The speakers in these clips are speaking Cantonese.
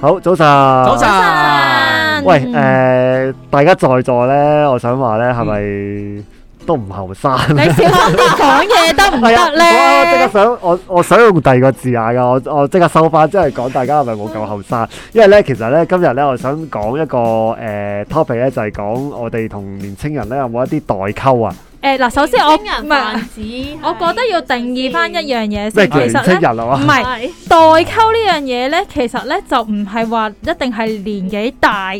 好，早晨。啊早晨喂，誒、嗯大家在座咧，我想話咧，係咪都唔後生？你 小心啲講嘢得唔係得啊，我即刻咧？想我我想用第二個字眼㗎，我我即刻收翻，即係講大家係咪冇夠後生？因為咧，其實咧今日咧，我想講一個誒、topic 咧，就係、講我哋同年青人咧有冇一啲代溝啊？誒嗱，首先我唔係，係，我覺得要定義翻一樣嘢咩先。叫其年青實咧，人啊唔？係代溝呢樣嘢咧，其實咧就唔係話一定係年紀大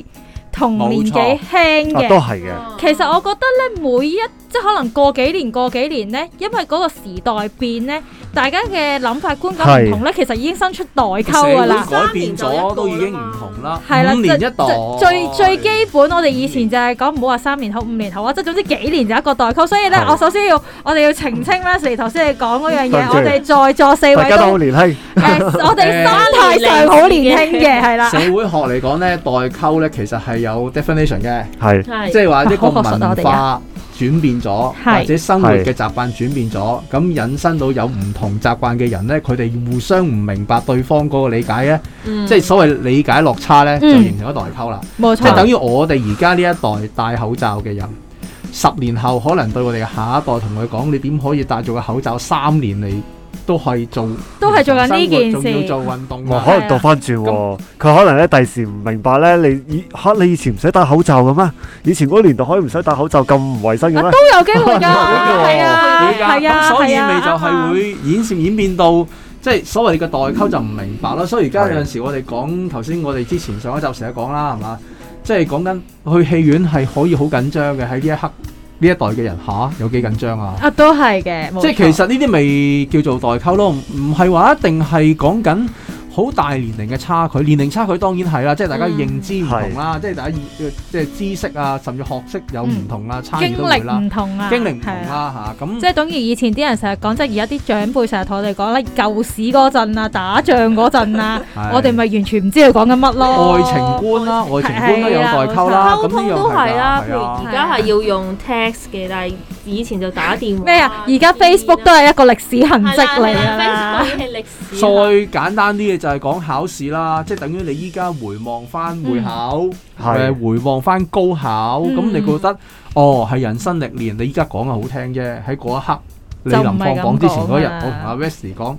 同年紀輕啊，都嘅。係嘅。其實我覺得咧，每一即係可能過幾年過幾年咧，因為嗰個時代變咧，大家嘅諗法觀感係唔同咧，其實已經生出代溝㗎啦社。會改變咗都已經唔同啦，係啦，五年一最代，最最基本，我哋以前就係講唔好話三年後、五年後啊，即係總之幾年就一個代溝。所以咧，係我首先要我哋要澄清啦，你頭先你講嗰對樣唔嘢，住我哋在座四位大家都好 都誒，年輕，我哋心態上好年輕嘅，係啦社，會學嚟講咧，代溝咧其實係有 definition 嘅，係即係話一個好學術啊我哋文化轉變咗，係或者生活嘅習慣轉變咗，咁引申到有唔同習慣嘅人咧，佢哋互相唔明白對方嗰個理解咧，即係所謂理解落差咧，就嗯形成咗代溝啦。冇即係錯等，於我哋而家呢一代戴口罩嘅人，十年後可能對我哋嘅下一代同佢講，你點可以戴住個口罩三年嚟都係做都係做緊呢件事仲要做運動我啊可能倒翻轉喎，佢可能咧第時唔明白咧，你以嚇你以前唔使戴口罩嘅咩？以前嗰個年代可以唔使戴口罩咁唔衞生嘅啊咩？都有機 會㗎，會係啊㗎，係啊，咁所以咪就係啊係會演變演變到。即係所謂嘅代溝就唔明白啦，所以而家有陣時我哋講頭先，我哋之前上一集成日講啦，係嘛？即係講緊去戲院係可以好緊張嘅，喺呢一刻呢一代嘅人吓，有幾緊張啊？啊都係嘅，冇即係其錯實呢啲咪叫做代溝咯，唔係話一定係講緊好大年齡嘅差距，年齡差距當然係啦，即係大家嗯認知唔同啦，即係大家意即係知識啊，甚至學識有唔同啦，差異經都會嗯歷啦，唔同啊，經歷唔係啊同啦嚇，咁即係等於以前啲人成日講，即係而家啲長輩成日同我哋講咧，舊市嗰陣啊，打仗嗰陣啊，係我哋咪完全唔知佢講緊乜咯。愛情觀啦，愛情觀都有代溝啦，溝咁通呢樣都係啦，譬係如啊而家係要用 text 嘅，但係以前就打電話。咩啊？而家 Facebook 都係一個歷史痕跡嚟㗎啦。 Facebook 係歷史再啦。簡單啲嘅就係講考試啦，即係等於你依家回望翻會考，係誒回望翻高考，咁嗯你覺得哦係人生歷練，你依家講係好聽啫，喺嗰一刻你就唔係臨放榜咁之前嗰日，講啊我同阿 Wesley 講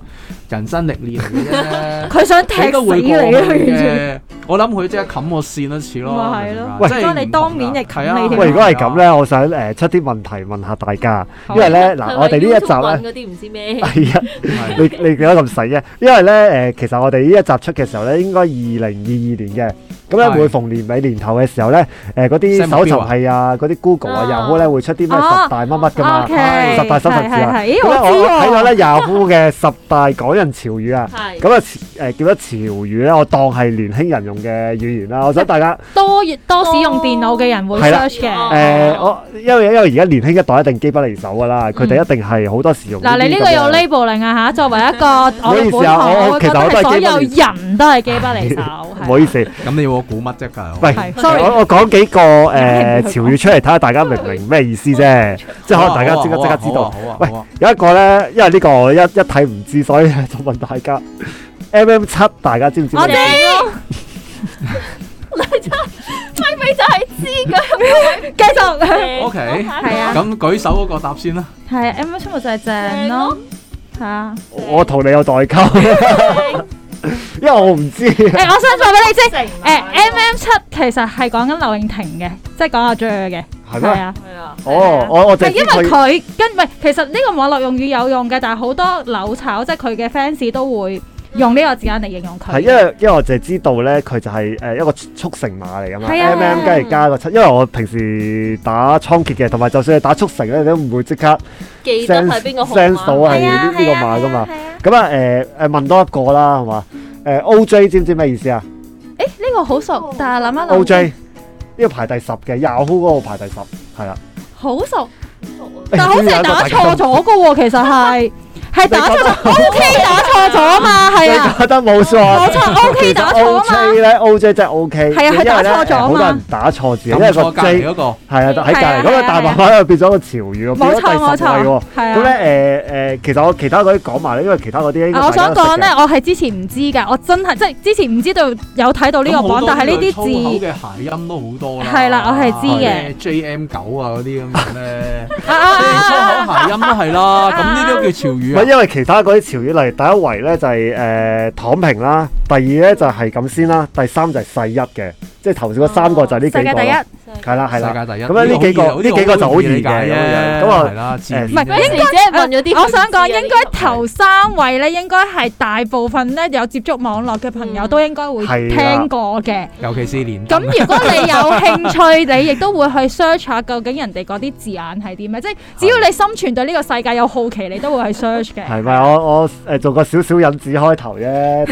人生歷練嚟嘅佢想 踢啫，死你都會你過啊！去完全嘅。我諗佢即刻冚我線一次咯，咪係咯明唔明啊即係當你唔同當面啊就係啊冚你添喂，如果係咁咧，我想誒出啲問題問下大家，啊因為咧嗱，我哋呢一集咧。一集咧，嗰啲唔知 咩係啊，係你你點解咁細嘅？因為咧誒、其實我哋呢一集出嘅時候咧，應該二零二二年嘅。咁咧係每逢年尾年頭嘅時候咧，誒嗰啲 Set 目搜標啊尋器啊，嗰啲 Google 啊、啊 Yahoo 咧會出啲咩哦十大乜乜噶嘛啊 O K，十大新聞字啊。咁係咦，咧我我睇知到喎。咧 Yahoo 嘅十大港人潮語啊。係。咁啊，誒叫咗潮語咧，我當係年輕人用嘅語言啦。我想大 家多越多使用電腦嘅人會係啦 search 誒、嘅。呃我因為因為而家年輕一代一定機不離手噶啦，佢哋一定係好多時用嗯嗱，你呢個啲有咁嘅 labeling 啊嚇，作為一 個唔好我意哋思啊我本行，我會其實覺得我都係係所基有本人都係機不離手。 唔好意係思，咁你要我估乜啫㗎？喂係，sorry，我我講 幾個誒、潮語出嚟睇下大家明唔明咩意思 啫，即係可能大家即刻即刻哦知道。喂喂，好啊有一個咧，因為呢個我一一睇唔知，所以就問大家 M M 七，大家知唔知咩我意知思？ 咪就係知㗎。 繼續。 OK 係啊咁舉手嗰個答先啦。係啊，M 出冇就係正咯，係啊。我我同你有代 溝，因為我唔知。誒，我想話俾你知，誒成，M M 七其實係講緊劉穎婷嘅，即係講阿 J 嘅，係係咩？啊。係啊。哦，我我就係因為佢跟唔係，其實呢個網絡用語有用嘅，但係好多扭炒即係佢嘅 fans 都會用呢個字眼嚟形容佢。係因為因為我淨係知道咧，佢就係呃誒一個速速成碼嚟噶嘛係啊，M M 梗係加個七，因為我平時打倉頡嘅，同埋就算係打速成咧，你都唔會即刻記得 sense 係邊個號 sense 到碼？係啊呢呢個碼噶嘛。咁啊誒誒問多一個啦，係嘛？誒 O J 知唔知咩意思啊誒呢個好熟，但係諗一諗？O J 呢個排第十嘅，Yahoo 嗰個排第十，係啦。 好熟，但係好似係打錯咗。 咗嘅喎，其實係係打錯咗，OK 打錯咗啊嘛，係啊。你覺 得冇錯？冇錯，OK 其實打錯啊嘛 O J 咧，O J 真係 O K。係啊佢因打為呢錯咗啊嘛好多人打錯字，因為撳錯個隔 J 離嗰個，係啊喺隔係離，啊咁係啊啊大白馬又變咗個潮語喎，變冇咗錯第冇十位錯喎。，係啊。咁咧誒誒，其實我其他嗰啲講埋咧，因為其他嗰啲應該啊我想大家都講識嘅嗯咧，，我係之前唔知㗎，我真係即係之前唔知道有睇到呢個榜，但係呢咁好多 啲類粗口嘅諧音都好多啦。係啦我係知嘅咩 JM 九啊嗰啲咁樣 咧，字啊啊 粗啊啊啊口諧音都係啦。咁呢啲都叫潮唔語係啊。因為其他嗰啲潮語，例如第一位咧就係誒躺平啦，第二咧就係咁先啦，第三就係世一嘅，即係頭先嗰三個就係呢哦世幾啊界個第一啦，係啦係啦。世界第一。咁啊樣呢幾個好易呢幾個就好易嘅解啫。咁啊係啦，自然誒唔係啫應嗰時即係問咗啲我想講粉絲啊應該頭三位咧，應該係大部分咧有接觸網絡嘅朋友嗯都應該會係啦聽過嘅。尤其是連 咁啊如果你有興趣，你亦都會去 search 下究竟人哋嗰啲字眼係啲咩，即係只要你心存對呢個世界有好奇，你都會去 search 嘅。係咪我我誒做個少少引子開頭啫？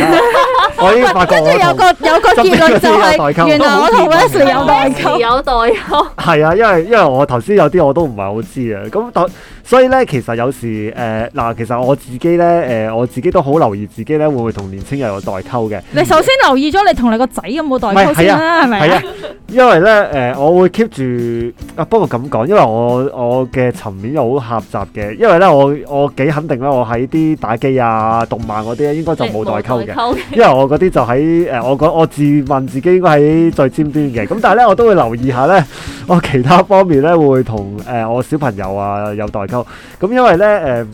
睇下我已經發覺跟住我有個有個結論就係，原來我同 Wesley 有代溝。有代溝， 係啊，因為因為我頭先有啲我都唔係好知啊，咁但所以咧，其實有時誒嗱、其實我自己咧誒、我自己都好留意自己咧會唔會同年青人有代溝嘅，你首先留意咗你同你個仔有冇代唔係溝先啦，係咪係啊？啊，因為咧誒、我會 keep 住啊，不過咁講，因為我我嘅層面又好狹窄嘅，因為咧我我幾肯定咧，我喺啲打機啊、動漫嗰啲咧應該就冇代溝嘅。溝嘅。 因為我嗰啲就喺誒、我覺我自問自己應該喺最尖端嘅，咁但係咧我都會留意下咧，我其他方面咧會同誒、我小朋友啊有代溝，咁因為咧誒。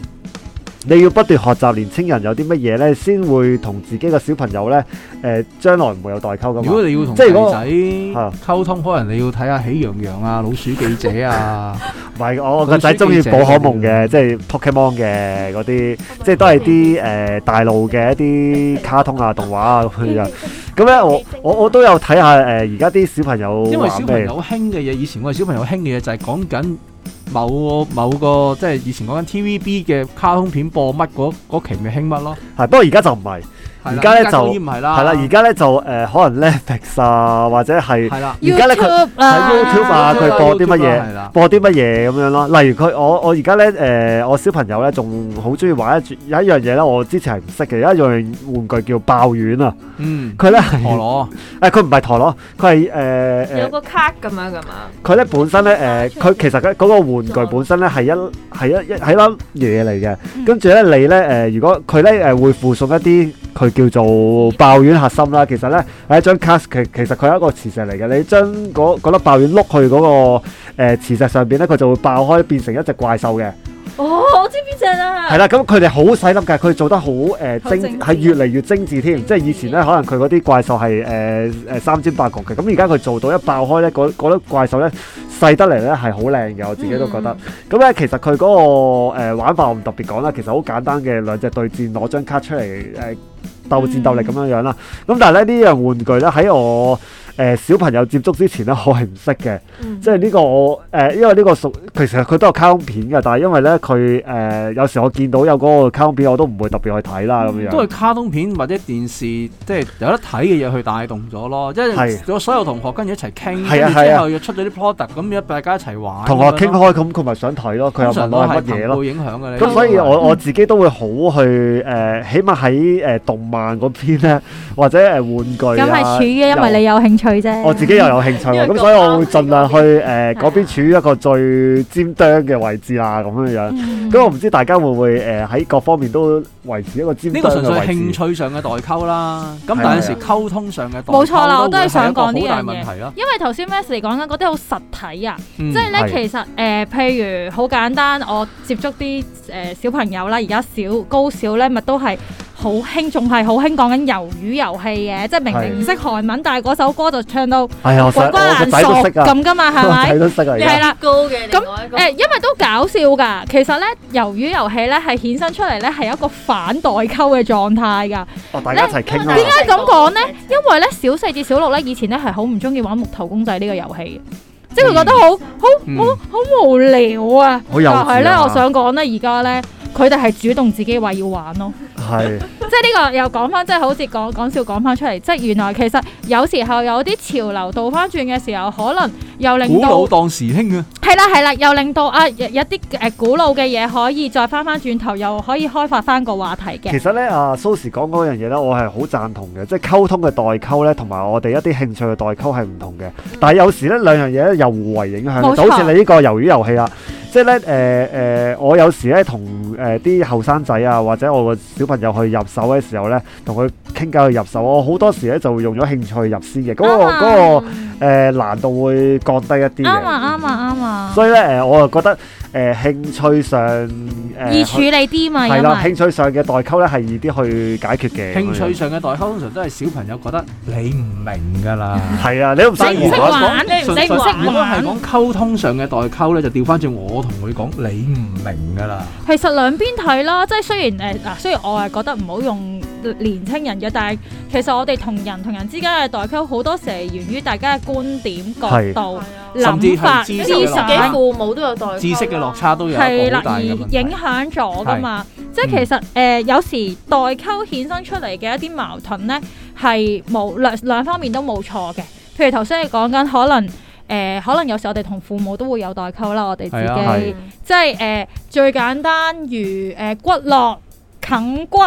你要不斷學習年青人有啲乜嘢咧，先會同自己嘅小朋友咧，誒、將來唔會有代溝噶如嘛果。你要同即係嗰個細係啊仔溝通，可能你要睇下喜羊羊啊、老鼠記者啊。唔係，我我個仔中意寶可夢嘅，即係 Pokemon 嘅嗰啲，即係都係啲誒大陸嘅一啲卡通啊、動畫啊咁樣。咁咧，我我我都有睇下誒而家啲小朋友因為小玩朋咩。友興嘅嘢，以前我哋小朋友興嘅嘢就係講緊某某個即係以前講緊 TVB 嘅卡通片播乜嗰嗰期咪興乜咯。係，不過而家就唔係，係而啦家咧就當然唔係啦，係啦，而家咧就誒、呃可能 Netflix 啊，或者係啊係啦，而家咧佢 YouTube 啊喺 YouTube 啊佢播啲乜嘢係啦，播啲乜嘢咁樣咯。例如佢，我我而家咧誒，我小朋友咧仲好中意玩一種有一樣嘢咧，我之前係唔識嘅，有一樣玩具叫爆丸啊。嗯，佢咧陀係螺誒，佢唔係陀螺，佢係呃誒誒有。個卡咁樣噶嘛？佢咧本身咧誒，呃佢、其實佢嗰個玩具本身咧係一係一一係粒嘢嚟嘅，跟住咧你咧誒、呃如果佢咧誒會附送一啲佢叫做爆丸核心啦，其實咧係一張卡，其其實佢係一個磁石嚟嘅，你將嗰嗰粒爆丸碌去嗰、個、呃、磁石上邊咧，佢就會爆開變成一隻怪獸嘅，哦，我知邊只啦。係啦，咁佢哋好細粒㗎，佢做得好誒、呃好精，精緻係越嚟越精緻添，即係以前咧可能佢嗰啲怪獸係誒誒三尖八角嘅，咁而家佢做到一爆開咧，嗰嗰粒怪獸咧細得嚟咧係好靚嘅，我自己都覺得。咁咧、其實佢嗰、個、呃、玩法我唔特別講啦，其實好簡單嘅兩隻對戰攞張卡出嚟誒、呃、鬥戰鬥力咁樣樣啦。咁但係咧呢樣玩具咧喺我誒、呃小朋友接觸之前咧，我係唔識嘅。嗯，即係呢個我誒、因為呢個屬其實佢都有卡通片嘅，但係因為咧佢誒有時我見到有嗰個卡通片，我都唔會特別去睇啦咁樣。嗯都係卡通片或者電視即係有得睇嘅嘢去帶動咗咯，即係係有所有同學跟住一齊傾，係啊跟住係之啊後又出咗啲 product，咁樣大家一齊玩，同學傾開咁，佢咪想睇咯，佢又通問我常都係乜係嘢朋咯。輩影響嘅你。咁所以我嗯我自己都會好去誒、起碼喺誒動漫嗰邊咧，或者誒玩具咁係啊處，嘅，因為你有興趣啫。我自己又有興趣喎。因為咁所以我會個盡量去誒嗰邊處於一個最尖端嘅位置啦，咁樣樣。嗯咁我唔知大家會唔會誒喺各方面都維持一個尖呢端個純嘅粹係位興置。趣啊上嘅代溝啦，咁係但有係時溝通上嘅代溝冇錯啦我都係會想講呢一個好大樣嘢問題啦。嗯因為頭先 Max 嚟講緊嗰啲好實體啊，即即係係咧其實誒、呃譬如好簡單，我接觸啲誒、呃小朋友啦，而家小高小咧，咪都係好興，仲係好興講緊魷魚遊戲嘅，即係明明唔識韓文，但係嗰首歌就唱到哎呀，我細滾瓜我個爛仔都熟識啊！咁噶嘛， 係我咪仔？都識啊，而家係啦。高嘅另咁外一個誒、因為都搞笑㗎。其實咧，魷魚遊戲咧係衍生出嚟咧係一個反代溝嘅狀態㗎。哦，大家一齊傾啦點。解咁講咧？因為咧小四至小六咧以前咧係好唔中意玩木頭公仔呢個遊戲嘅，即係佢覺得好嗯好好好無聊啊。好幼稚啊但係咧，我想講咧，而家咧佢哋係主動自己話要玩咯。 係即係呢個又講翻，即係好似講講笑講翻出嚟，即係原來其實有時候有啲潮流倒翻轉嘅時候，可能又令古到老當時興啊，係啦係啦，又令到啊有有啲誒古老嘅嘢可以再翻翻轉頭，又可以開發翻個話題嘅。其實咧，阿蘇 Sir 講嗰樣嘢咧，我係好贊同嘅，即係溝通嘅代溝咧，同埋我哋一啲興趣嘅代溝係唔同嘅。但係有時咧，兩樣嘢咧又互為影響嘅，冇就好錯似你呢個魷魚遊戲啦。即係咧，誒誒，我有時咧同誒啲後生仔啊，或者我個小朋友去入手嘅時候咧，同佢傾偈去入手，我好多時咧就會用咗興趣入先嘅，嗰、個嗰、個啱啊誒、難度會降低一啲啱嘅。啊啱啊啱啊，所以咧誒、我就覺得誒、呃興趣上誒。易處理啲嘛，呃係因啦，為興趣上嘅代溝咧係易啲去解決嘅。興趣上嘅代溝通常都係小朋友覺得你唔明㗎啦。 係啊，你都唔識但係如玩果識玩講你唔純識粹玩如果係講溝通上嘅代溝咧，就調翻轉我同佢講你唔明㗎啦。其實兩邊睇啦，即係雖然呃誒嗱、雖然我係覺得唔好用年青人嘅，但係其實我哋同人同人之間嘅代溝好多時係源於大家嘅觀點角啊度、甚至諗係法、知因識為嘅思自落差己啊想。父母都有代溝啦啊知識嘅落差都有一係個啦好，大而嘅問題影響咗噶嘛，即係嗯其實誒、呃有時代溝衍生出嚟嘅一啲矛盾咧，係冇兩兩方面都冇錯嘅。譬如頭先你講緊可能誒、呃可能有時我哋同父母都會有代溝啦，我哋自係啊己。係嗯即係誒、呃最簡單如誒、呃骨落啃骨，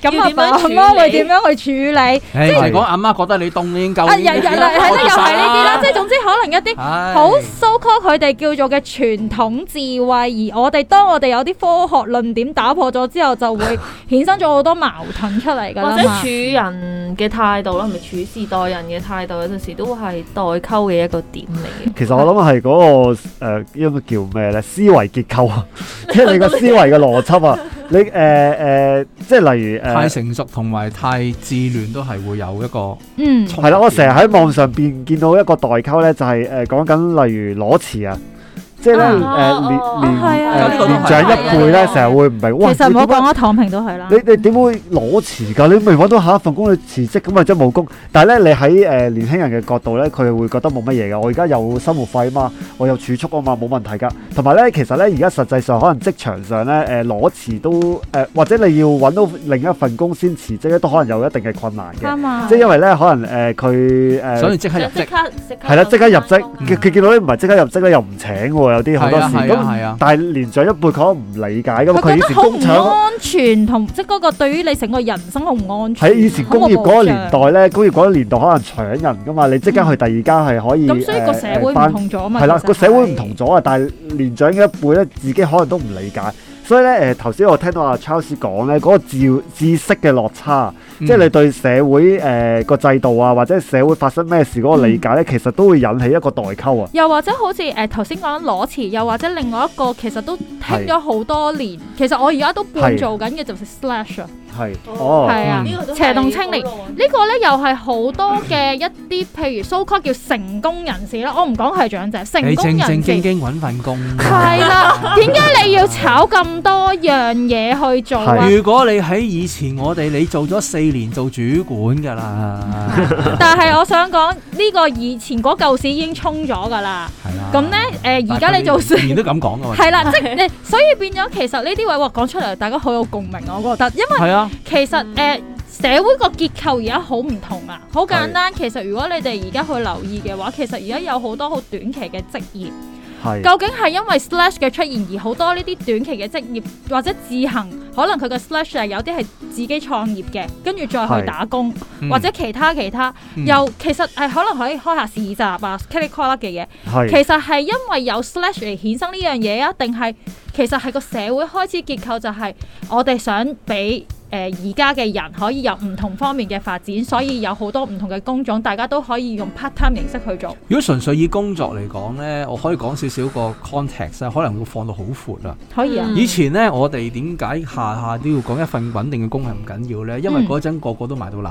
咁要啊點樣爸處理媽會點樣去處理？誒唔係講阿媽覺得你凍已經夠，啊人人係啦，又係呢啲啦，即係總之可能一啲。係好 so call 佢哋叫做嘅傳統智慧，而我哋當我哋有啲科學論點打破咗之後，就會衍生咗好多矛盾出嚟㗎或啦者嘛處。人嘅態度啦，係咪處事待人嘅態度，有陣時都係代溝嘅一個點嚟嘅。其實我諗係嗰個誒，應該叫咩咧？思維結構 啊，即係你個思維嘅邏輯啊。你誒誒，即係例如呃誒，太成熟同埋太自戀都係會有一個嗯，衝係啦，我突成日喺網上邊見到一個代溝咧，就係誒講緊例如裸辭啊，即係呃咧誒啊啊啊年係啊年呢個誒都年係長一輩咧，係啊成日會唔明，其哇！實唔你點好解啊講啦，躺平都嗯係啦。你你點會攞辭㗎？你未揾到下一份工，你辭職咁咪即係冇工。但係咧，你喺誒、呃年輕人嘅角度咧，佢會覺得冇乜嘢㗎。我而家有生活費啊嘛，我有儲蓄啊嘛，冇問題㗎。同埋咧，其實咧而家實際上可能職場上咧誒攞辭都誒、呃或者你要揾到另一份工先辭職咧，都可能有一定嘅困難嘅。啱啊即係因為咧，可能誒呃佢嗯所誒以即刻入想即職。刻即刻係啦，即刻入職，返工啊佢嗯佢見到你唔係即刻入職咧，又唔請喎，有啲好多係啊時係啊咁。係啊，但係年長一輩佢可能唔理解㗎嘛，佢佢以覺前得好工廠。唔安全，同即係嗰個對於你成個人生好啊唔安全。喺以前工業嗰個年代咧，工業嗰個年代可能搶人噶嘛，你即刻去第二間係可以咁所以個社會唔同咗嘛。係啦，其實個社會唔同咗啊，但係年長嘅一輩咧，自己可能都唔理解。所以咧，誒頭先我聽到阿 Charles 講咧，嗰、個知知識嘅落差，嗯嗯即係你對社會誒個、制度啊，或者社會發生咩事嗰個理解咧，其實都會引起一個代溝啊。又或者好似誒頭先講緊裸辭，又或者另外一個其實都聽咗好多年，其實我而家都半係做緊嘅就係 slash 啊，係，哦哦，係啊嗯，呢個都係斜動清零好耐呢個咧又係好多嘅一啲譬如 so called 叫成功人士啦，我唔講係長者，成你功正正人經士。經揾份工。係啦，點解你要炒咁多樣嘢去做啊？如果你喺以前我哋你做咗四年做主管㗎 啦，但係我想講呢個以前嗰舊市已經衝咗㗎啦，係啊啦。咁咧誒而家你做仍然都咁講㗎喎。係啦，啊即係你所以變咗其實呢啲位哇講出嚟，大家好有共鳴，我覺得，因為係啊，其實誒、嗯呃社會個結構而家好唔同啊，好簡單。其實如果你哋而家去留意嘅話，其實而家有好多好短期嘅職業，係究竟係因為 slash 嘅出現而好多呢啲短期嘅職業或者自行，可能佢個 slash 係有啲係自己創業嘅，跟住再係去打工嗯或者其他其他，嗯又其實係可能可以開下市集啊 c a l l call 嘅嘢。其係實係因為有 slash 嚟衍生呢樣嘢啊，定係其實係個社會開始結構就係我哋想俾呃誒而家嘅人可以有唔同方面嘅發展，所以有好多唔同嘅工種，大家都可以用 part time 形式去做。如果純粹以工作嚟講呢，我可以講少少個 context 啊，可能會放到好闊啊。可以啊，嗯以前呢，我哋點解下下都要講一份穩定嘅工係唔緊要呢？因為嗯嗰陣個個都買到樓，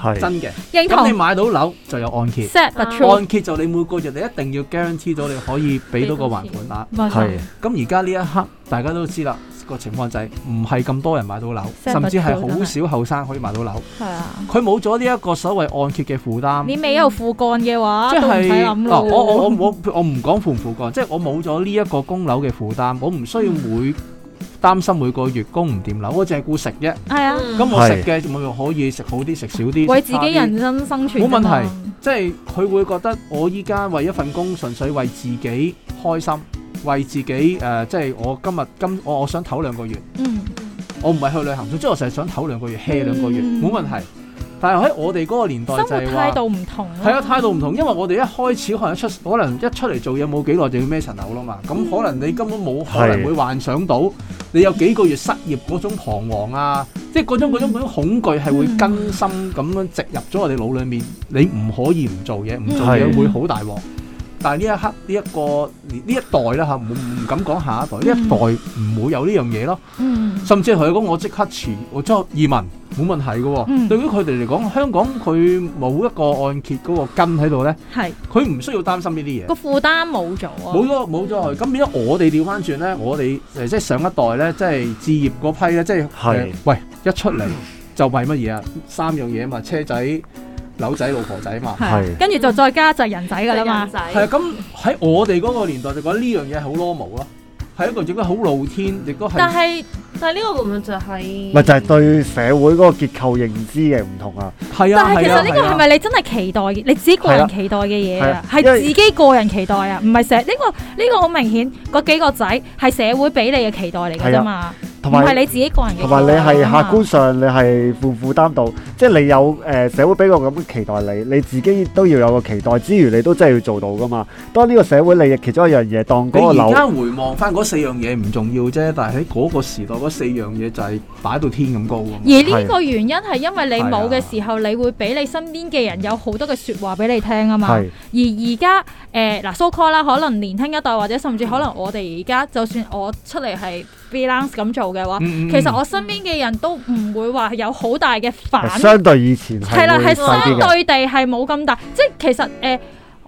係真嘅。認咁你同買到樓就有按揭， set but 啊 true，按揭就你每個月你一定要 guarantee 到你可以俾到個還款額。冇錯係咁而家呢一刻大家都知啦，個情況就係唔係咁多人買到樓，真甚係至係真係好少後生可以買到樓。係啊。佢冇咗呢一個所謂按揭嘅負擔。你未有副幹嘅話，即都唔使係諗嗱，咯。我我我我我唔講負唔負幹，即係我冇咗呢一個供樓嘅負擔，我唔需要每擔心每個月供唔掂樓，我淨係顧食啫。係啊，嗯咁我食嘅咪可以食好啲，食少啲，為食自差己啲人生生存冇問啫嘛題即係佢會覺得我依家為一份工，純粹為自己開心，為自己誒、呃即係我今日今我我想唞兩個月，嗯，我唔係去旅行，總之我成日想唞兩個月 hea 兩個月，嗯冇問題。但係喺我哋嗰個年代生就活係態話。度唔同咯。係啊，態度唔同，因為我哋一開始可能一出，可能一出嚟做嘢冇幾耐就要孭層樓啦嘛。咁嗯可能你根本冇可能會幻想到你有幾個月失業嗰種彷徨啊，即係嗰種嗰種嗰種恐懼係會根深咁樣植入咗我哋腦裡面。你唔可以唔做嘢，嗯唔做嘢係會好大鑊。但係呢一刻，呢一個呢一代啦嚇，唔唔敢講下一代，呢一代唔會有呢樣嘢咯。嗯，甚至係佢講我即刻辭，我即刻移民冇問題嘅喎。嗯對於佢哋嚟講，香港佢冇一個按揭嗰個根喺度咧，係佢唔需要擔心呢啲嘢個。負擔冇咗啊。冇咗冇咗佢，咁變咗我哋調翻轉咧，我哋誒即係上一代咧，即係置業嗰批咧，即係係誒喂一出嗯嚟就為乜嘢啊？三樣嘢嘛，車仔、樓仔、老婆仔嘛。係係跟住就再加就係人仔㗎啦嘛人。仔係啊，咁喺我哋嗰個年代就覺得呢樣嘢係好 normal 咯，係一個亦都好露天，亦都但係啊係但係呢個會唔會就係咪就係對社會嗰個結構認知嘅唔同啊，係啊但係其係啊實呢個係係啊咪你真係期待嘅？你自己個係啊人期待嘅嘢啊，係啊因係為自己個人期待啊，唔係社呢個呢個好明顯，嗰幾個仔係社會俾你嘅期待嚟㗎啫嘛，唔啊同埋係。啊你自己個人嘅期待同㗎埋嘛。你係啊客觀上你係負唔負擔到，即係你有誒、呃社會俾個咁嘅期待你，你自己都要有個期待之餘，你都真係要做到噶嘛。當呢個社會利益其中一樣嘢，當你嗰個而樓家回望翻嗰四樣嘢唔重要啫，但係喺嗰個時代嗰四樣嘢就係擺到天咁高㗎嘛而呢個原因係因為你冇嘅係啊時候，你會俾你身邊嘅人有好多嘅説話俾你聽啊嘛。係而而家誒嗱 so call 啦，可能年輕一代或者甚至可能我哋而家，就算我出嚟係 freelance 咁做嘅話，嗯嗯嗯其實我身邊嘅人都唔會話有好大嘅反係相對以前係啦，係會係細啲相嘅，對地係冇咁大，即係其實誒。呃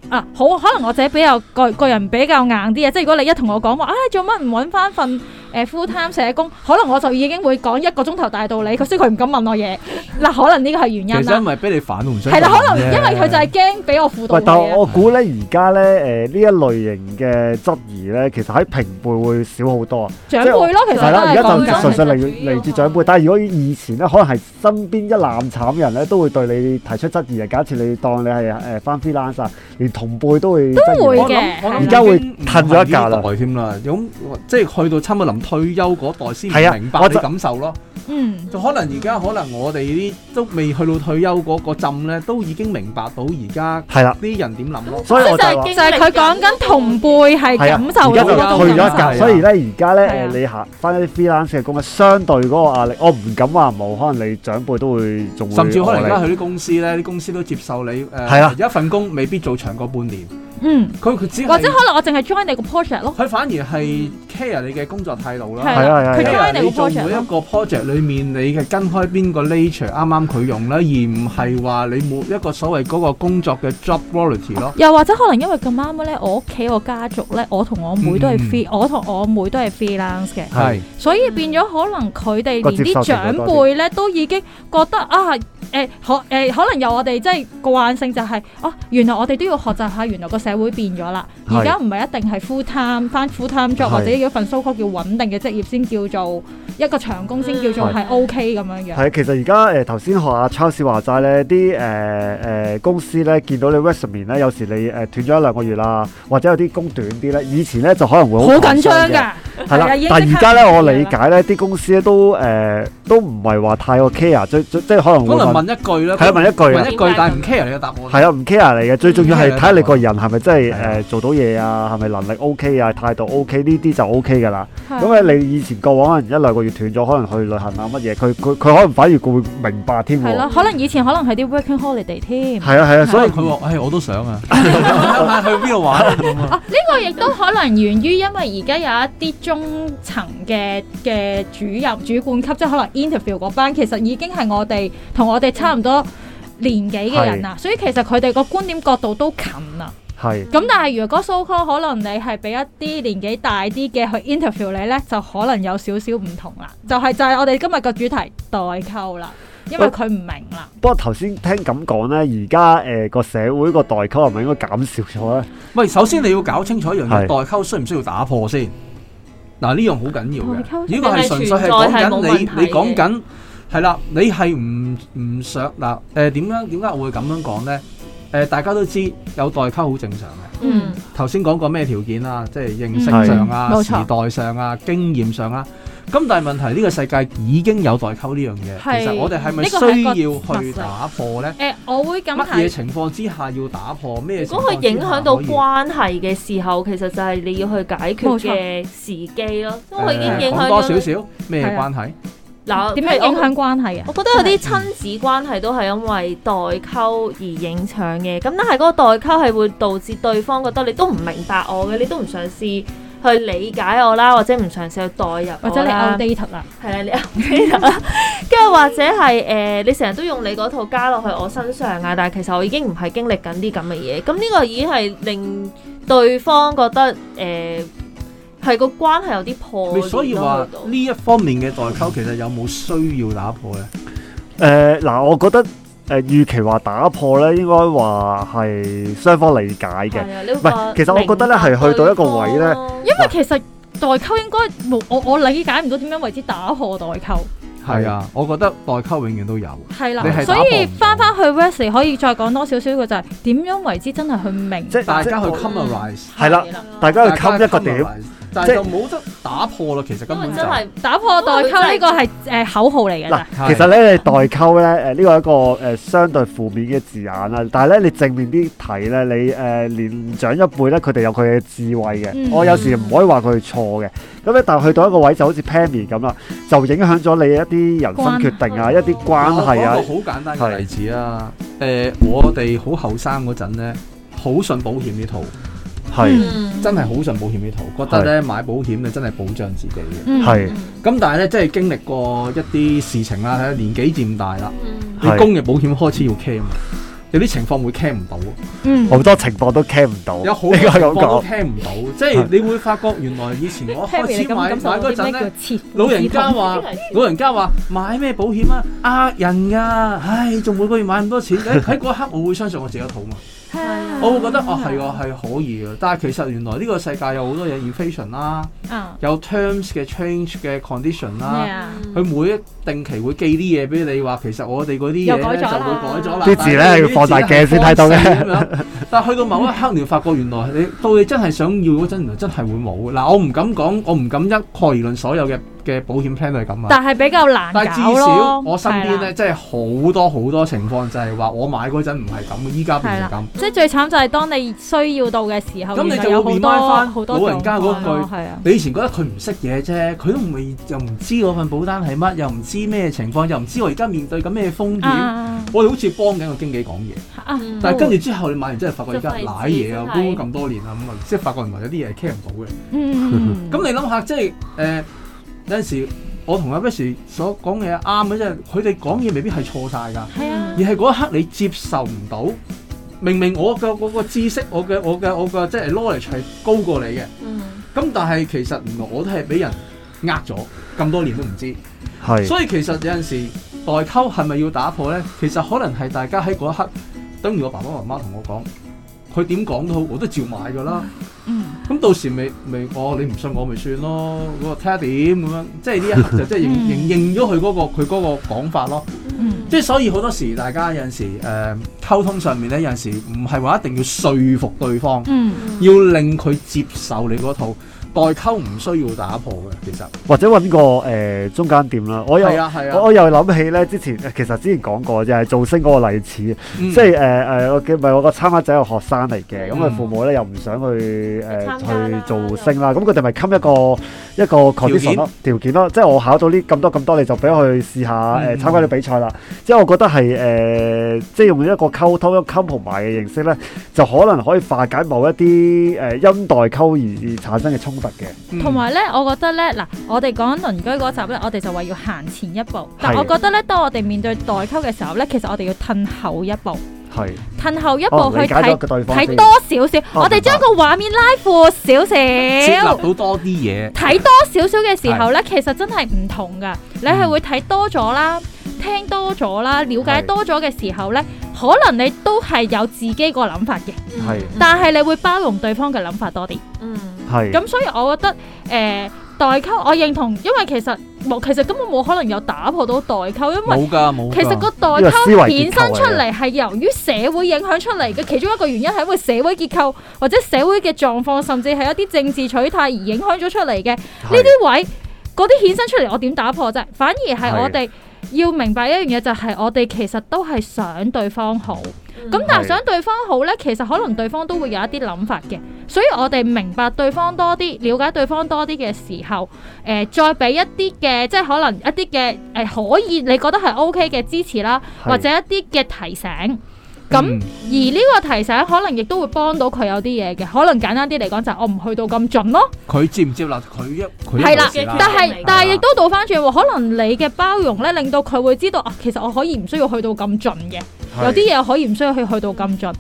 啊，好，可能我自己比較個個人比較硬啲嘅，即係如果你一同我講話，啊做乜唔揾翻份誒、呃 full time 社工，可能我就已經會講一個鐘頭大道理，佢所以佢唔敢問我嘢。嗱、可能呢個係原其因實啦因，為俾你反同想係啦，可能因為佢就係驚俾我輔導喂，但佢啊我估咧，而家咧誒呢一類型嘅質疑咧，其實喺平輩會少好多啊。長輩咯，其實係啦，而家都係就講緊純粹嚟其實主要嚟自長輩，係但係如果以前咧，可能係身邊一攬慘人咧，都會對你提出質疑啊。假設你當你係誒翻 freelance 啊，連同輩都會質疑會你我諗我諗而家會已經唔係褪咗一格啦呢代添啦，咁即係去到差唔多臨退休嗰代先係啊明白我你就感受咯。嗯，就可能而家可能我哋啲都未去到退休嗰個浸咧，都已經明白到而家係啦，啲人點諗咯。所以我就係話就係佢講緊同輩係係啊感，受而家到就嗰退退種咗咗一一格感受格，所以咧而家咧係啊誒，你行翻啲 freelance 嘅工咧，相對嗰個壓力，我唔敢話冇，可能你長輩都會仲會甚至可能而餓家你去啲公司咧，啲公司都接受你誒，係啊而家份工未必做長過半年，嗯，佢佢只係 或者可能我淨係 join 你個 project 咯，佢反而係 care 你嘅工作態度啦。係係啊係啦，啊係佢 join 因為你啊你做個每 project 一咯，個 project 裏面，你係跟開邊個 nature 啱啱佢用啦，而唔係話你冇一個所謂嗰個工作嘅 job quality 咯。又或者可能因為咁啱咧，我屋企個家族咧，我同我妹都係 free，、我嗯同我妹都係 freelance 嘅，係係所以變咗可能佢哋個連接受程啲長度多啲輩咧都已經覺得啊。誒、可誒、可能由我哋即係慣性就係、哦，原來我哋都要學習下，原來個社會變咗啦。係而家唔係一定係 full time 翻 full time job 係或者一份 so called 叫穩定嘅職業先叫做一個長工先叫做嗯係 OK 咁樣樣。係，其實而家誒頭先學阿 Charles 話齋咧，啲誒誒公司咧見到你 resume 咧，有時你誒斷咗一兩個月啦，或者有啲工短啲咧，以前咧就可能會好緊張㗎，係啦係啊已經，但即係刻而家咧，我唔理解咧，啲公司咧都誒、呃都唔係話太過 care，最最即係可能會可能問問一句啦，係啊問一句啊問一句，但係唔 care 你嘅答案。係啊，唔 care 你嘅，最重要係唔 care 睇你個人係咪真係係啊誒做到嘢啊，係咪能力 OK 啊，態度 OK 呢啲就 OK 㗎啦。係咁咧，你以前過往可能一兩個月斷咗，可能去旅行啊乜嘢，佢佢佢可能反而佢會明白添係咯，喎。可能以前可能係啲 working holiday 添。係啊係啊，所所以以佢話：，唉，我都想 啊， 想下去邊度玩啊咁啊。哦呢個亦都可能源於因為而家有一啲中層嘅嘅主任、主管級，即係可能 interview 嗰班，其實已經係我哋同我哋差唔多年紀嘅人啦，啊所以其實佢哋個觀點角度都近啦。係咁但係如果 so call 可能你係俾一啲年紀大啲嘅去 interview 你呢，就可能有少少唔同啦。就係、就係我哋今日個主題代溝啦，因為佢唔明啦。不過頭先聽咁講咧，而家誒個社會個代溝係咪應該減少咗咧？喂，首先你要搞清楚一樣係嘢，代溝需唔需要打破先？嗱，呢樣好緊要代溝嘅，呢個係純粹係定講係存在緊係冇問題你，嘅你講緊係啦，你係唔唔想嗱誒點樣點解我會咁樣講咧？誒大家都知有代溝好正常嘅。嗯頭先講過咩條件啦，即係認識嗯上啊、係冇時錯代上啊、經驗上啊。咁但係問題呢個世界已經有代溝呢樣嘢，係其實我哋係咪呢個係需一個要去特色打破呢？誒，我會咁乜嘢睇，情況之下要打破？咩如情果況佢之下影響到可以關係嘅時候，其實就係你要去解決冇錯嘅時機咯，因為已誒經影講響多咗少你。少咩係啊關係？嗱，點譬樣如我影響關係嘅？啊我覺得有啲親子關係都係因為代溝而影響嘅，咁但係嗰個代溝係會導致對方覺得你都唔明白我嘅，你都唔嘗試去理解我啦，或者唔嘗試去代入我啦或者你 outdated 啦，係啦，你 update 啦，跟住或者係誒、呃你成日都用你嗰套加落去我身上啊，但係其實我已經唔係經歷緊啲咁嘅嘢，咁呢個已經係令對方覺得誒係、個關係有啲破裂你咯所以話去到呢一方面嘅代溝，其實有冇需要打破呢？誒呃嗱、我覺得誒、預期話打破咧，應該話係雙方理解嘅。係啊，你會唔係話其實我覺得咧係明白去到一個對方位咧咯因為其實代溝應該冇我我理解唔到點樣為之打破代溝，係啊，我覺得代溝永遠都有。係你啦，係所打破以唔到翻翻去 Wesley 可以再講多少少嘅就係點樣為之真係去明即係大家去即 commonize，係啦大家去冚一個啊點，但即係係就冇得打破啦。其實根因為本就真係打破代溝呢個哦係誒口號嚟嘅嗱咋，，係其實咧代溝咧，誒呢個係一個誒相對負面嘅字眼啦。但係咧，你正面啲睇咧，你誒、年長一輩咧，佢哋有佢嘅智慧嘅。嗯我有時唔可以話佢係錯嘅。咁咧，但係去到一個位就好似 Pammy 咁啦，就影響咗你一啲人生決定啊，關一啲關係啊我講。個好簡單嘅例子啊。誒，我哋好後生嗰陣咧，好信保險呢套，係嗯真係好信保險呢套，覺得咧買保險咧真係保障自己嘅。嗯係咁但係咧，即係經歷過一啲事情啦，睇下年紀漸大啦，嗯你係供嘅保險開始要 claim，有啲情況會 claim 唔到。啊嗯好多情況都 c 唔到，有好哦應該多情咁況都講。聽唔到，啊即係你會發覺原來以前我 Terry，開你始感唔買買感受到嗰啲陣咩叫咧，切膚老人之家痛話呢老人家話買咩保險啊，呃人㗎，唉，仲每個月買咁多錢，喺喺嗰一刻我會相信我自己肚嘛，啊我會覺得哦 係喎係可以嘅，啊但係其實原來呢個世界有好多嘢 inflation 啦，啊有 terms 嘅 change 嘅 condition 咩啦。啊？佢每一定期會寄啲嘢俾你，話其實我哋嗰啲嘢又咧就會改咗啦改咗啦。啲字呢但係要放大鏡先睇到嘅啲字係方正咁樣。但係去到某一刻，你發覺原來你到你真係想要嗰陣，原來真係會冇。嗱，我唔敢講，我唔敢一概而論所有嘅嘅保險 plan 都係咁啊。但係比較難但係搞至少咯。我身邊係咧，啦，即係好多好多情況就係話我買嗰陣唔係咁，依家變成咁。即係最慘就係當你需要到嘅時候，咁你原來就會有好 remind 多返好多老人家嗰句狀況咯係啊，你以前覺得佢唔識嘢啫，佢都未又唔知嗰份保單係乜，又唔知咩情況，又唔知我而家面對緊咩風險。啊我哋好似幫緊個經紀講嘢。啊嗯但係跟住之後，你買完之後發覺而家就廢賴嘢啊，紙搬真係咁多年啊，咁啊，即係發覺原來有啲嘢 care 唔到嗯嘅。 咁你諗下，即係誒有陣時，我同阿 Bess 所講嘅嘢啱嘅啫，佢哋講嘢未必係錯晒㗎，係啊而。係嗰一刻你接受唔到。明明我嘅我個知識，我嘅我嘅我嘅即係 knowledge 係高過你嘅，嗯咁但係其實原來我都係俾人呃咗咁多年都唔知。係所以其實有陣時代溝係咪要打破呢？其實可能係大家喺嗰一刻，等於我爸爸媽媽同我講，佢點講都好，我都照買㗎啦。嗯咁到時咪咪我你唔信我咪算咯，嗰個睇下點咁樣，即係呢一刻 就即係認嗯認認咗佢嗰個佢嗰個講法咯。嗯即係所以好多時大家有陣時誒、呃、溝通上面呢，有陣時唔係話一定要說服對方，嗯要令佢接受你嗰套。代溝唔需要打破嘅，其實或者揾個誒中間點啦。我又係啊係我啊，我又諗起咧，之前其實之前講過就係造星嗰個例子。嗯即係誒誒，我嘅咪我個參加仔係學生嚟嘅，咁佢嗯父母咧又唔想去誒、呃去參加去啦做星啦，咁佢哋咪冚一個一個 condition 咯條件咯，即係我考到呢咁多咁多，你就俾我去試下誒、嗯參加啲比賽啦。即係我覺得係誒、呃即係用一個溝通一個溝同埋嘅形式咧，就可能可以化解某一啲誒、因代溝而而產生嘅衝突嘅。嗯同埋咧，我覺得咧，嗱，我哋講鄰居嗰集咧，我哋就話要行前一步，但係我覺得咧，當我哋面對代溝嘅時候咧，其實我哋要褪後一步，係，褪後一哦步理去解咗睇個對方睇先多少少，哦我哋將個畫面拉闊少設少立。到多啲嘢，睇多少少嘅時候呢，其實真係唔同噶。你係會睇多咗啦，聽多咗啦，了解係多咗嘅時候呢，可能你都係有自己個諗法嘅，係但係你會包容對方嘅諗法多啲。嗯係，咁所以我覺得誒、呃代溝，我認同，因為其實冇，其實根本冇可能有打破到代溝，因為冇㗎冇㗎。啊其實個代呢個思維結構溝衍嚟生嘅出嚟係由於社會影響出嚟嘅，其中一個原因係因為社會結構或者社會嘅狀況，甚至係一啲政治取態而影響咗出嚟嘅呢係啲位，嗰啲衍生出嚟，我點打破啫？反而係我哋要明白一樣嘢，就係我哋其實都係想對方好。咁但嗯係係想對方好呢，其實可能對方都會有一啲諗法嘅，所以我哋明白對方多啲，了解對方多啲嘅時候，誒、再俾一啲嘅，即係可能一啲嘅誒可以你覺得係 O K 嘅支持啦，係或者一啲嘅提醒。咁、嗯而呢個提醒可能亦都會幫到佢有啲嘢嘅，可能簡單啲嚟講就係哦我唔去到咁盡咯，佢接唔接納佢一佢一係啦回事。但明白係但係亦都倒翻轉喎，可能你嘅包容呢，令到佢會知道啊，其實我可以唔需要去到咁盡嘅。有啲嘢可以唔需要去去到咁盡，咁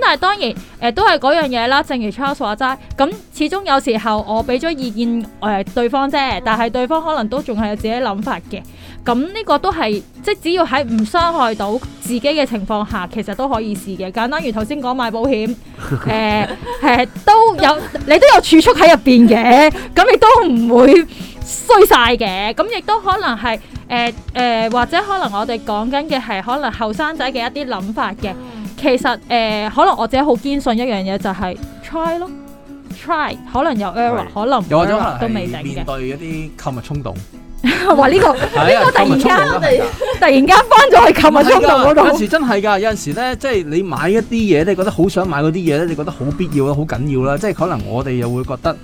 但係當然誒、呃都係嗰樣嘢啦。正如 Charles 話齋，咁始終有時候我俾咗意見誒、呃、對方啫，但係對方可能都仲係有自己諗法嘅。咁呢個都係即係只要喺唔傷害到自己嘅情況下，其實都可以試嘅。簡單如頭先講買保險，誒、呃、係都有你都有儲蓄喺入邊嘅，咁亦都唔會衰晒嘅。咁亦都可能係。誒誒、或者可能我哋講緊嘅係可能後生仔嘅一啲諗法嘅。其實誒、可能我自己好堅信一樣嘢就係 try 咯，try 可能有 error，係可能唔又或者 error 可都能未係定面嘅。對一啲購物衝動，啊呢哇！呢、個突個突然間我哋然間翻咗去琴日衝動嗰有陣度，時真係㗎，有陣時咧，即係你買一啲嘢，你覺得好想買嗰啲嘢咧，你覺得好必要啦，好緊要啦，即係可能我哋又會覺得，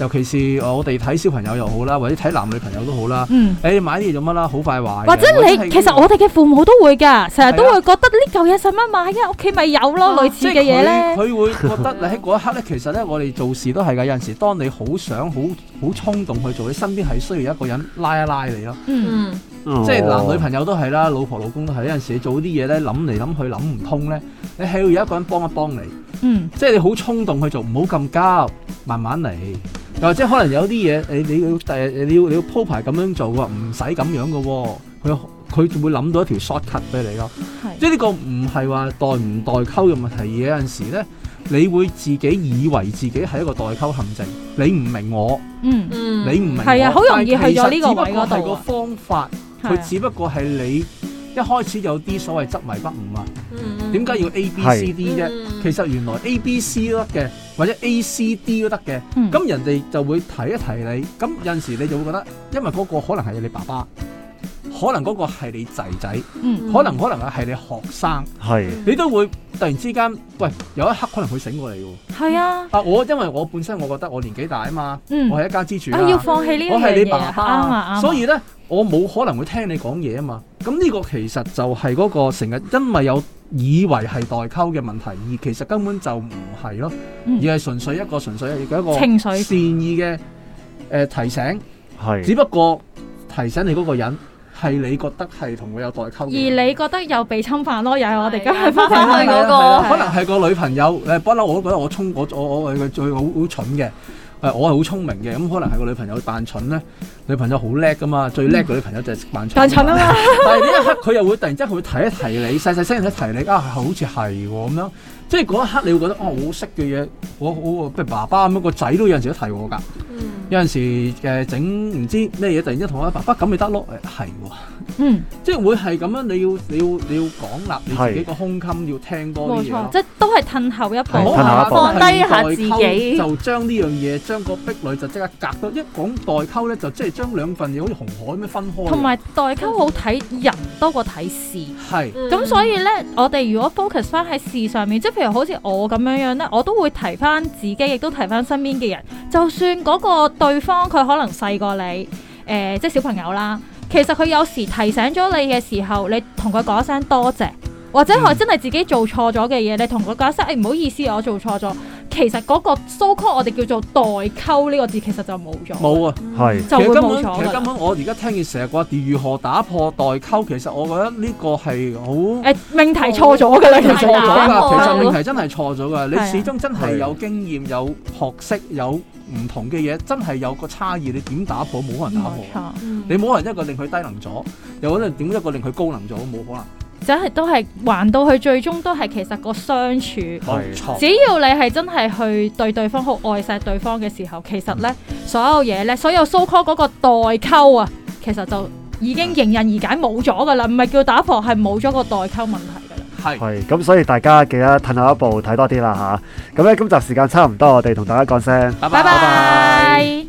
尤其是我哋睇小朋友又好啦，或者睇男女朋友都好啦，嗯。誒、你買啲嘢做乜啦？好快壞嘅。或者你其實我哋嘅父母都會㗎，成日都會覺得呢嚿嘢使乜買啊？屋企咪有咯，類似嘅嘢咧，咧。佢會覺得你喺嗰一刻咧，其實咧，我哋做事都係㗎。有陣時，當你好想、好好衝動去做，你身邊係需要一個人拉一拉你咯。嗯，嗯哦即係男女朋友都係啦，老婆老公都係。有陣時你做啲嘢咧，諗嚟諗去諗唔通咧，你係要有一個人幫一幫你。嗯，即係你好衝動去做，唔好咁急，慢慢嚟。又或者可能有啲嘢，你你要第日你要你要鋪排咁樣做喎，唔使咁樣嘅喎。佢佢仲會諗到一條 short cut 俾你咯。係即係呢個唔係話代唔代溝嘅問題，而有陣時咧，你會自己以為自己係一個代溝陷阱，你唔明我，嗯，嗯，你唔明我，係啊好容易但係去咗呢個位嗰度其啊實只不過係個方法，係佢啊只不過係你一開始有啲所謂執迷不悟啊。嗯點解要 A B 係 C D 啫？嗯其實原來 A B C 都得嘅，或者 A C D 都得嘅。嗯咁人哋就會提一提你，咁有陣時你就會覺得，因為嗰個可能係你爸爸，可能嗰個係你仔仔，嗯可能可能係你學生，係你都會突然之間，喂，有一刻可能會醒過嚟嘅喎。係啊，啊，我因為我本身我覺得我年紀大啊嘛，嗯我，係一家之主啦啊要放棄呢一我係樣你嘢爸啊，啱爸啊啱啊。所以咧我冇可能會聽你講嘢啊嘛。咁呢個其實就係嗰個成日因為有以為係代溝嘅問題，而其實根本就唔係咯，嗯而係純粹一個純粹一個情緒善意嘅誒、呃提醒，只係不過提醒你嗰個人係你覺得係同佢有代溝而嘅人。你覺得又被侵犯咯，又係我哋今係啊日翻翻返返去去嗰嗰個個，可能係個女朋友，誒不嬲我都覺得我聰，我我我係最好好蠢嘅，誒我係好聰明嘅，咁可能係個女朋友扮蠢咧，女朋友好叻噶嘛，最叻嘅女朋友就係扮蠢。但蠢啊！嘛，但係呢一刻佢又會突然之間佢會提一提你，細細聲一提你啊，好似係喎咁樣，即係嗰一刻你會覺得哦，我識嘅嘢，我我譬如爸爸咁樣，個仔都有陣時都提我㗎，嗯有陣時誒整唔知咩嘢，突然之間同我爸爸咁咪得咯，誒係喎。嗯，即係會係咁樣，你要你要你要講立你自己個胸襟，要聽多冇啲嘢啊咯。錯，即係都係褪後一係唔褪好後步，下一步下代溝放低下自己就將呢樣嘢將個壁壘就即刻隔到。一講代溝咧，就即係將兩份嘢好似紅海咁樣分開。同埋代溝好睇人多過睇事。係咁所以咧，我哋如果 focus 翻喺事上面，即係譬如好似我咁樣樣咧，我都會提翻自己，亦都提翻身邊嘅人。就算嗰個對方佢可能細過你，誒、即係小朋友啦，其實佢有時提醒咗你嘅時候，你同佢講一聲多謝，或者係嗯真係自己做錯咗嘅嘢，你同佢講一聲，誒、唔好意思，我做錯咗。其實嗰個 so call 我哋叫做代溝呢個字，其實就冇咗，冇啊。係就其實會根冇本咗其實根㗎啦。本我而家聽見成日話如何打破代溝，其實我覺得呢個係好。誒、命題錯咗㗎啦，其錯實咗㗎，其實係命題真係錯咗㗎。你係啊始終真係有經驗、有學識、有唔同嘅嘢，真係有個差異。你點打破？冇可能打冇破。錯。你冇可能一個令佢低能咗，又可能點一個令佢高能咗，冇可能。真係都係還到去最終都係其實個相處，係冇錯，只要你係真係去對對方好愛錫對方嘅時候，其實呢所有嘢呢，所有 so call 嗰個代溝啊，其實就已經迎刃而解冇咗噶啦，唔係叫打破，係冇咗個代溝問題噶啦。係。係咁，所以大家記得褪後一步睇多啲啦吓。咁咧，今集時間差唔多，我哋同大家講聲。拜拜。